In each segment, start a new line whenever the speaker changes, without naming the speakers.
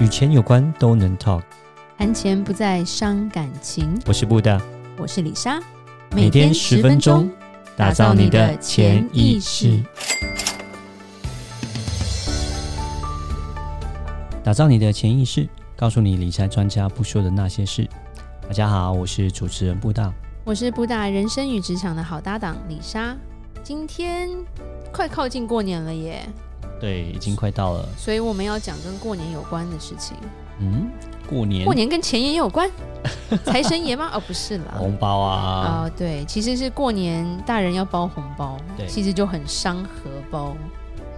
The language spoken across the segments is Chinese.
与钱有关都能 talk。
谈钱不再伤感情。
我是布大，
我是李莎，
每天十分钟，打造你的潜意识，打造你的潜意识，告诉你理财专家不说的那些事。大家好，我是主持人布大。
我是布大人生与职场的好搭档李莎。今天快靠近过年了耶，
对，已经快到了，
所以我们要讲跟过年有关的事情。
嗯，过年，
过年跟钱也 有关，财神爷吗？哦，不是啦。
红包啊，
哦，对，其实是过年大人要包红包
对，
其实就很伤荷包。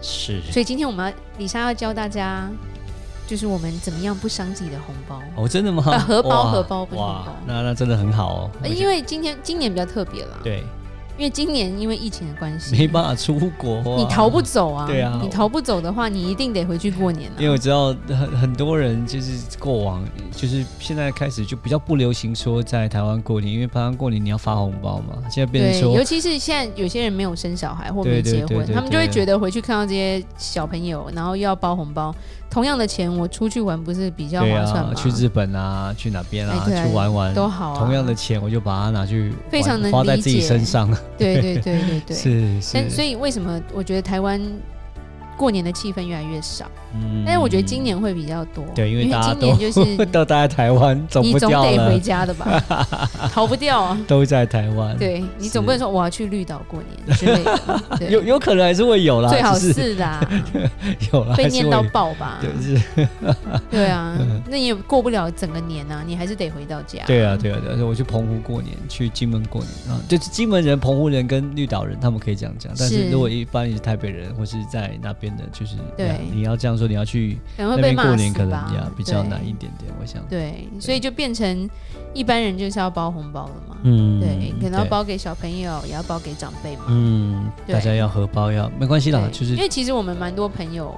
是
所以今天我们要李莎要教大家，就是我们怎么样不伤自己的红包。
哦，真的吗？
啊荷包
哇
荷包不是红
哇
包，
那那真的很好哦。
呃因为今天今年比较特别啦，
对，
因为今年因为疫情的关系，
没办法出国啊，
你逃不走啊！
对啊
你逃不走的话，你一定得回去过年
因为
啊。
我知道呃很很多人就是过往就是现在开始就比较不流行说在台湾过年，因为台湾过年你要发红包嘛，现在变
对
成，说
尤其是现在有些人没有生小孩或
对
没
对
结
对
婚
对，
他们就会
对
觉得回去看到这些小朋友，然后又要包红包，同样的钱我出去玩不是比较
对
划算
啊
吗，？
去日本啊，去哪边啊，
哎对啊
去玩玩，
都好啊，
同样的钱我就把它拿去玩
非常能
花在自己
理解
身上，
对对对对 对。
是是，
但所以为什么我觉得台湾过年的气氛越来越少？
嗯
但是我觉得今年会比较多，
对因为大家
今年就是
都 待在台湾走
你
不
总
掉
得回
了，
家 的吧，逃不掉啊。
都在台湾，，
对你总不能说我要去绿岛过年之 类的，对
有有可能还是会有啦，
最好
只
是啦，
有啦，
被
还是
念
会
到
有
爆吧？
对是
对啊，那你也过不了整个年啊，你还是得回到家。
对啊，对啊，对啊！我去澎湖过年，去金门过年啊，就是金门人、澎湖人跟绿岛人，他们可以这样讲。但是
是
如果一般是台北人或是在那边的，就是
对
啊你要这样说，你要去
可能
那
会被
边过
骂
年，
死
可能
吧
呀？比较难一点点，我想。
对，对所以就变成一般人就是要包红包了嘛。
嗯
对，可能要，包给小朋友，也要包给长辈嘛。
嗯，
对
大家要荷包要没关系啦，
对
就是
因为其实我们蛮多朋友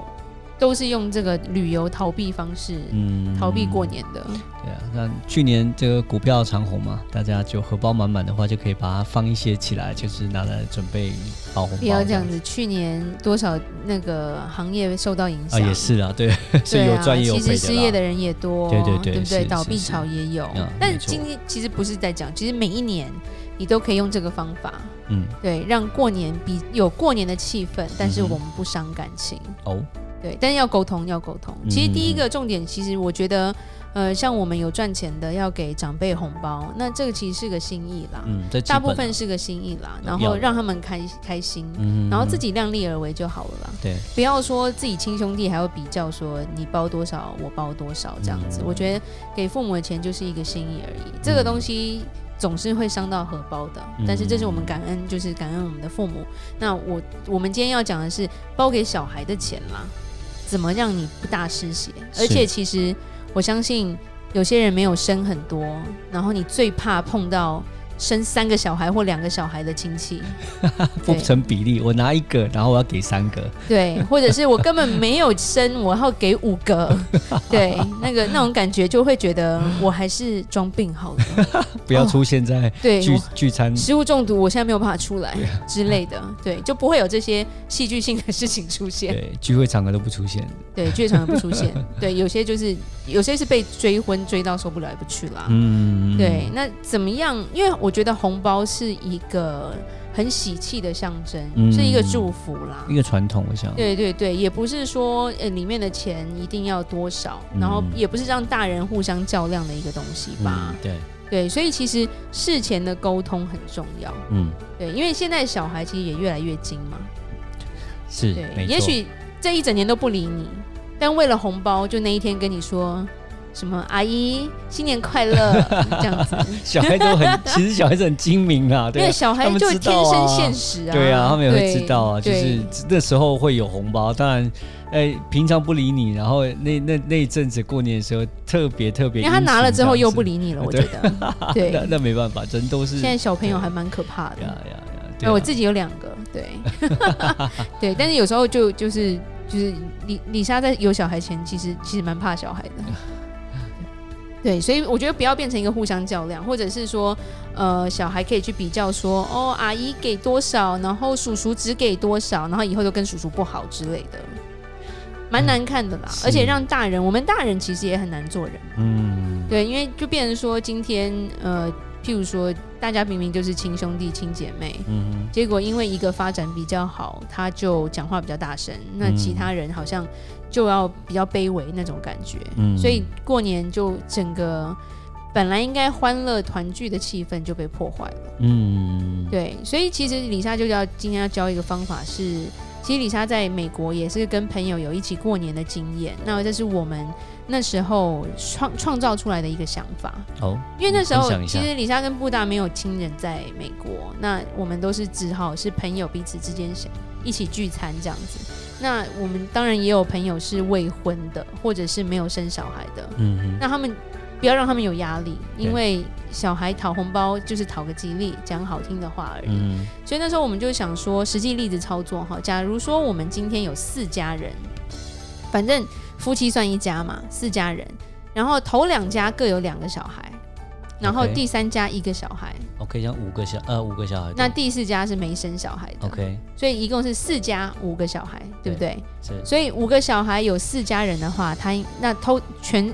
都是用这个旅游逃避方式
嗯
逃避过。年的。
对啊，那去年这个股票长红嘛，大家就荷包满满的话，就可以把它放一些起来，就是拿来准备包红包。
不要这样子，去年多少那个行业受到影
啊，
响？
也是啊，对， 是
对
有
啊
赚也有赔的
其
啦。
实失业的人也多，
对对对
不对？
是
倒闭
是是
潮也有
啊，
但
没
是
错
今天其实不是在讲，其实每一年你都可以用这个方法，
嗯，
对，让过年比有过年的气氛，但是
嗯哼
我们不伤感情，
哦，
对，但是要沟通，要沟通。
嗯
其实第一个重点，其实我觉得，呃，像我们有赚钱的要给长辈红包，那这个其实是个心意啦，
嗯，这基
大
本
部
啊
分，是个心意啦，然
要
后
的
让他们开开心，
嗯
然后自己量力而为就好了啦。
对，
不要说自己亲兄弟还要比较，说你包多少我包多少这样子。
嗯
我觉得给父母的钱就是一个心意而已，这个东西总是会伤到荷包的。
嗯
但是这是我们感恩，就是感恩我们的父母。那我我们今天要讲的是包给小孩的钱啦，怎么让你不大失血？
是
而且其实我相信有些人没有生很多，然后你最怕碰到。生三个小孩或两个小孩的亲戚，
不
对
成比例，我拿一个，然后我要给三个，
对，或者是我根本没有生，我要给五个， 对，那个那种感觉就会觉得我还是装病好了，
不要
哦
出现在
对，
聚
我
聚餐。
食物中毒，我现在没有办法出来
啊
之类的，对，就不会有这些戏剧性的事情出 现，
对，聚会场合都不出现，
对，剧场也不出现，对，有些就是有些是被追婚追到受不了也不去啦，
嗯，
对，那怎么样？因为我觉得红包是一个很喜气的象征，
嗯
是一个祝福啦，
一个传统，我想，
对对对，也不是说呃里面的钱一定要多少，然后
嗯
也不是让大人互相较量的一个东西吧
嗯。，对，
对，所以其实事前的沟通很重要。
嗯，
对，因为现在小孩其实也越来越精嘛。
是，
对，
没
也
错
许这一整年都不理你，但为了红包，就那一天跟你说什么“阿姨新年快乐” 这样子。
小孩 都很，其实小孩子很精明啊，
因
对
为
啊，
小孩
他们
就
知
天
道
生
啊
现实啊，
对啊，他们也会
对
知道啊，就
对
是那时候会有红包，当然，哎，平常不理你，然后那那那一阵子过年的时候特别特别殷勤这样子，
因为他拿了之后又不理你了，我觉
对
得。
啊，
对
那那没办法，人都是
现在小朋友
对
还蛮可怕的
呀。呀呀，
哎、
对啊
我自己有两个，对， 对，但是有时候就就是就是李李莎在有小孩前，其实其实蛮怕小孩 的，对，所以我觉得不要变成一个互相较量，或者是说，呃，小孩可以去比较说，哦，阿姨给多少，然后叔叔只给多少，然后以后就跟叔叔不好之类的，蛮难看的啦。
嗯是
而且让大人，我们大人其实也很难做人，
嗯，
对，因为就变成说今天呃，譬如说大家明明就是亲兄弟、亲姐妹，
嗯
结果因为一个发展比较好，他就讲话比较大声，那其他人好像就要比较卑微那种感觉。
嗯
所以过年就整个本来应该欢乐团聚的气氛就被破坏了。
嗯，
对，所以其实李莎就要今天要教一个方法是，其实李莎在美国也是跟朋友有一起过年的经验，那这是我们那时候创创造出来的一个想法。
哦，
因为那时候
分享一
其
下
实李莎跟布达没有亲人在美国，那我们都是只好是朋友彼此之间想一起聚餐这样子。那我们当然也有朋友是未婚的，或者是没有生小孩的，
嗯
那他们不要让他们有压力，
对
因为小孩讨红包就是讨个吉利，讲好听的话而已。
嗯
所以那时候我们就想说，实际例子操作哈。假如说我们今天有四家人，反正夫妻算一家嘛，四家人，然后头两家各有两个小孩，然后
OK
第三家一个小孩，
，OK，像五个小呃五个小孩，
那第四家是没生小孩的。
OK
所以一共是四家五个小孩，对不对？
是
所以五个小孩有四家人的话，他那偷全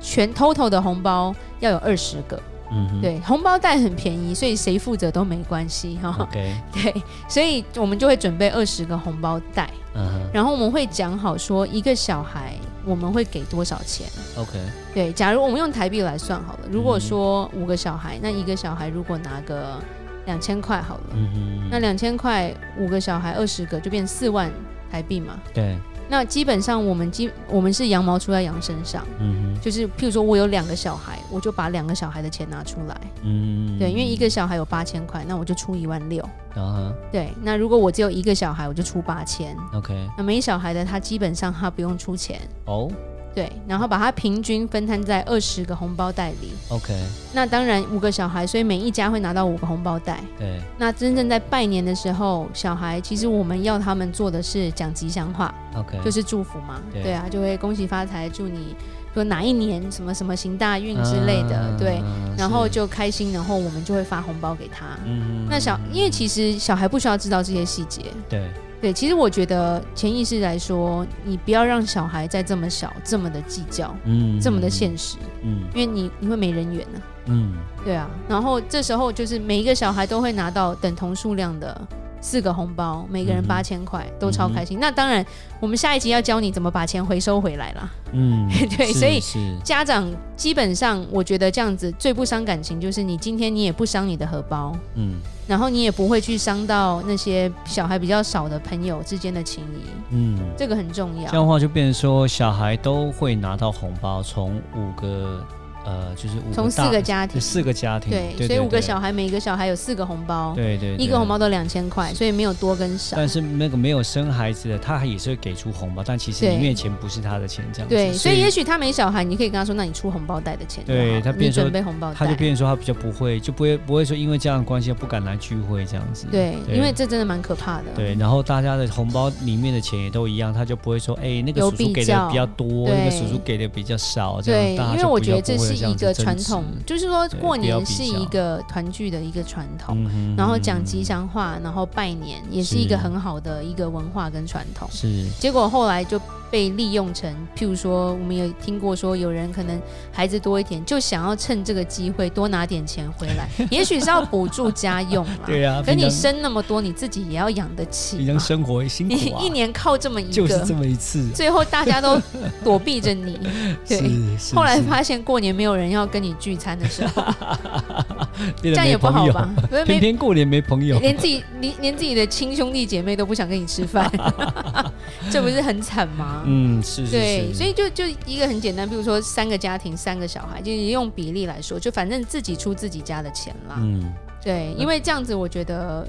全 total 的红包要有二十个，
嗯哼
对，红包袋很便宜，所以谁负责都没关系哈。
，OK，
对，所以我们就会准备二十个红包袋，
嗯哼
然后我们会讲好说一个小孩我们会给多少钱。
，OK，
对，假如我们用台币来算好了，如
嗯
果说五个小孩，那一个小孩如果拿个两千块好了，
嗯哼，
那两千块五个小孩二十个就变四万台币嘛。
对，
那基本上我们基我们是羊毛出在羊身上，
嗯哼，
就是譬如说我有两个小孩，我就把两个小孩的钱拿出来，
嗯，
对，因为一个小孩有八千块，那我就出一万六，
啊
对，那如果我只有一个小孩，我就出八千，
哈，OK，
那没小孩的他基本上他不用出钱，
哦
对，然后把它平均分摊在二十个红包袋里，
，OK，
那当然五个小孩，所以每一家会拿到五个红包袋。
对，
那真正在拜年的时候，小孩其实我们要他们做的是讲吉祥话，
OK，
就是祝福嘛，
对
对啊，就会恭喜发财，祝你说哪一年什么什么行大运之类的，
啊
对，，然后
是
就开心，然后我们就会发红包给他。
嗯
那小，因为其实小孩不需要知道这些细节，
对，
对，其实我觉得潜意识来说，你不要让小孩在这么小这么的计较，
嗯，
这么的现实，
嗯，
因为你你会没人缘呢、
嗯嗯，
对啊，然后这时候就是每一个小孩都会拿到等同数量的四个红包，每个人
嗯哼嗯
八千块，都超开心。那当然，我们下一集要教你怎么把钱回收回来啦。
嗯，
对
是
所以
是
家长基本上，我觉得这样子最不伤感情，就是你今天你也不伤你的荷包，
嗯
然后你也不会去伤到那些小孩比较少的朋友之间的情谊，
嗯，
这个很重
这样
要。
的话就变成说小孩都会拿到红包，从五个呃就是五
从四
大
个家庭，
四个家庭
对，所以五个小孩，每一个小孩有四个红包，
对对
一个红包。都两千块，所以没有多跟少。
但是那个没有生孩子的，他也是会给出红包，但其实
对
里面钱不是他的钱，这样子。
对，所以也许他没小孩，你可以跟他说，那你出红包袋的钱就好了，
对他
你
变成
准备红包
他就
袋。
变成说他比较不会，就不会不会说因为家长关系不敢来聚会这样子。
对，因为这真的蛮可怕的。
对，然后大家的红包里面的钱也都一样，他就不会说，哎、那个
有
叔
比
叔给
较
的比较多，
对
那个叔叔给的比较少，这
对，
样大家
因为
就
我
比
觉
较
得这
不会有
是一
样子
个
争
传
执
统，就是说
对
过
不要
年
比
是
较
一个团聚的一个传
嗯
统，
哼
然后讲吉祥话，然后拜年也是一个
是
很好的一个文化跟传统。
是，
结果后来就被利用成，譬如说，我们有听过说，有人可能孩子多一点，就想要趁这个机会多拿点钱回 来，也许是要补助家用啦。
对啊，
可
平
你
常
生那么多，你自己也要养得
平
起
常
嘛。
生活辛
你
苦啊，
一年靠这么一
就是
个，
这么一次，
最后大家都躲避 着你。对，
是是
后来
是
发现过年没有人要跟你聚餐的时候，
变得
这样
没
也不
朋
好
友
吧？不是
偏
没
偏过年没朋友，
连自己连连自己的亲兄弟姐妹都不想跟你吃饭， 这不是很惨吗？
嗯，是是
对，
是，
所以就就一个很简单，比如说三个家庭三个小孩，就是用比例来说，就反正自己出自己家的钱啦。
嗯，
对，因为这样子我觉得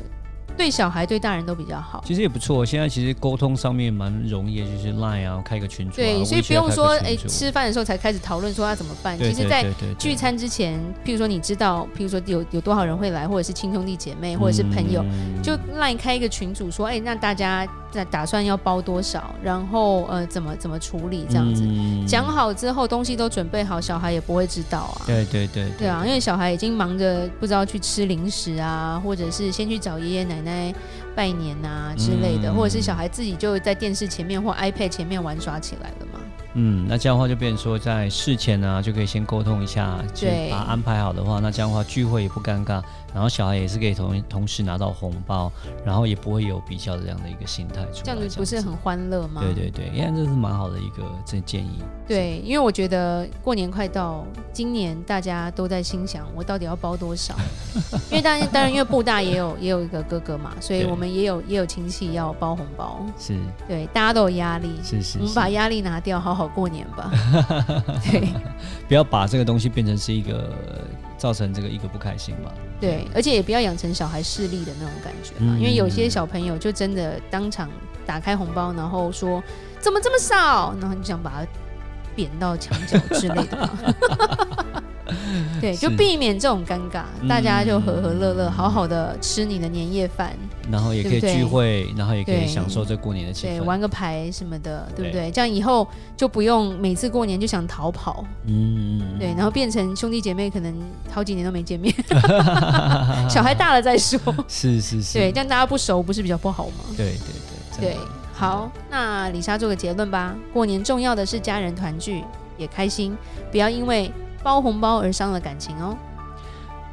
对小孩对大人都比较好。
其实也不错。现在其实沟通上面蛮容易的，就是 Line 啊，开个群组啊，
对，所以
WeChat
不用说
开个
哎、
群组
吃饭的时候才开始讨论说要怎么办。
对
其实，
对
在
对对对
聚餐之前，譬如说你知道，譬如说有有多少人会来，或者是亲兄弟姐妹，或者是朋友，
嗯
就 line 开一个群组说，哎、那大家打打算要包多少，然后呃怎么怎么处理这样子。
嗯
讲好之后，东西都准备好，小孩也不会知道啊。
对对对
对啊，因为小孩已经忙着不知道去吃零食啊，或者是先去找爷爷奶奶拜年啊之类的，
嗯
或者是小孩自己就在电视前面或 iPad 前面玩耍起来了嘛。
嗯，那这样的话就变成说，在事前呢、就可以先沟通一下，就
对
把它安排好的话，那这样的话聚会也不尴尬，然后小孩也是可以同同时拿到红包，然后也不会有比较这样的一个心态出来，
这样子不是很欢乐吗？
对对对，因为这是蛮好的一个这建议。
对，因为我觉得过年快到，今年大家都在心想我到底要包 多少，因为当然当然因为布大也有也有一个哥哥嘛，所以
对
我们也有也有亲戚要包红包，
是
对，大家都有压力，
是是
我们
是，
把压力拿掉，好好过年吧。对
不要把这个东西变成是一个造成这个一个不开心吧。
对，而且也不要养成小孩势力的那种感觉嘛，
嗯
因为有些小朋友就真的当场打开红包，然后说怎么这么少，然后你就想把他扁到墙角之类的嘛。对，就是避免这种尴尬，
嗯
大家就和和乐乐，好好的吃你的年夜饭，
然后也可
对
以
不对
聚会，然后也可以
对
享受这过年的气
对，
氛。
玩个牌什么的，对不
对
对？这样以后就不用每次过年就想逃跑，
嗯，
对，然后变成兄弟姐妹，可能好几年都没见 面，小孩大了再 说。
是是是，
对，但大家不熟不是比较不好吗？
对对对真的
对，好，那李莎做个结论吧。过年重要的是家人团聚，也开心，不要因为包红包而伤了感情哦。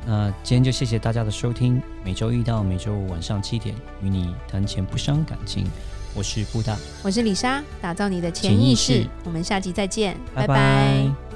那今天就谢谢大家的收听，每周一到每周五晚上七点，与你谈钱不伤感情。我是布大，
我是李莎，打造你的潜
潜意
意识，
识
我们下集再见，拜
拜拜
拜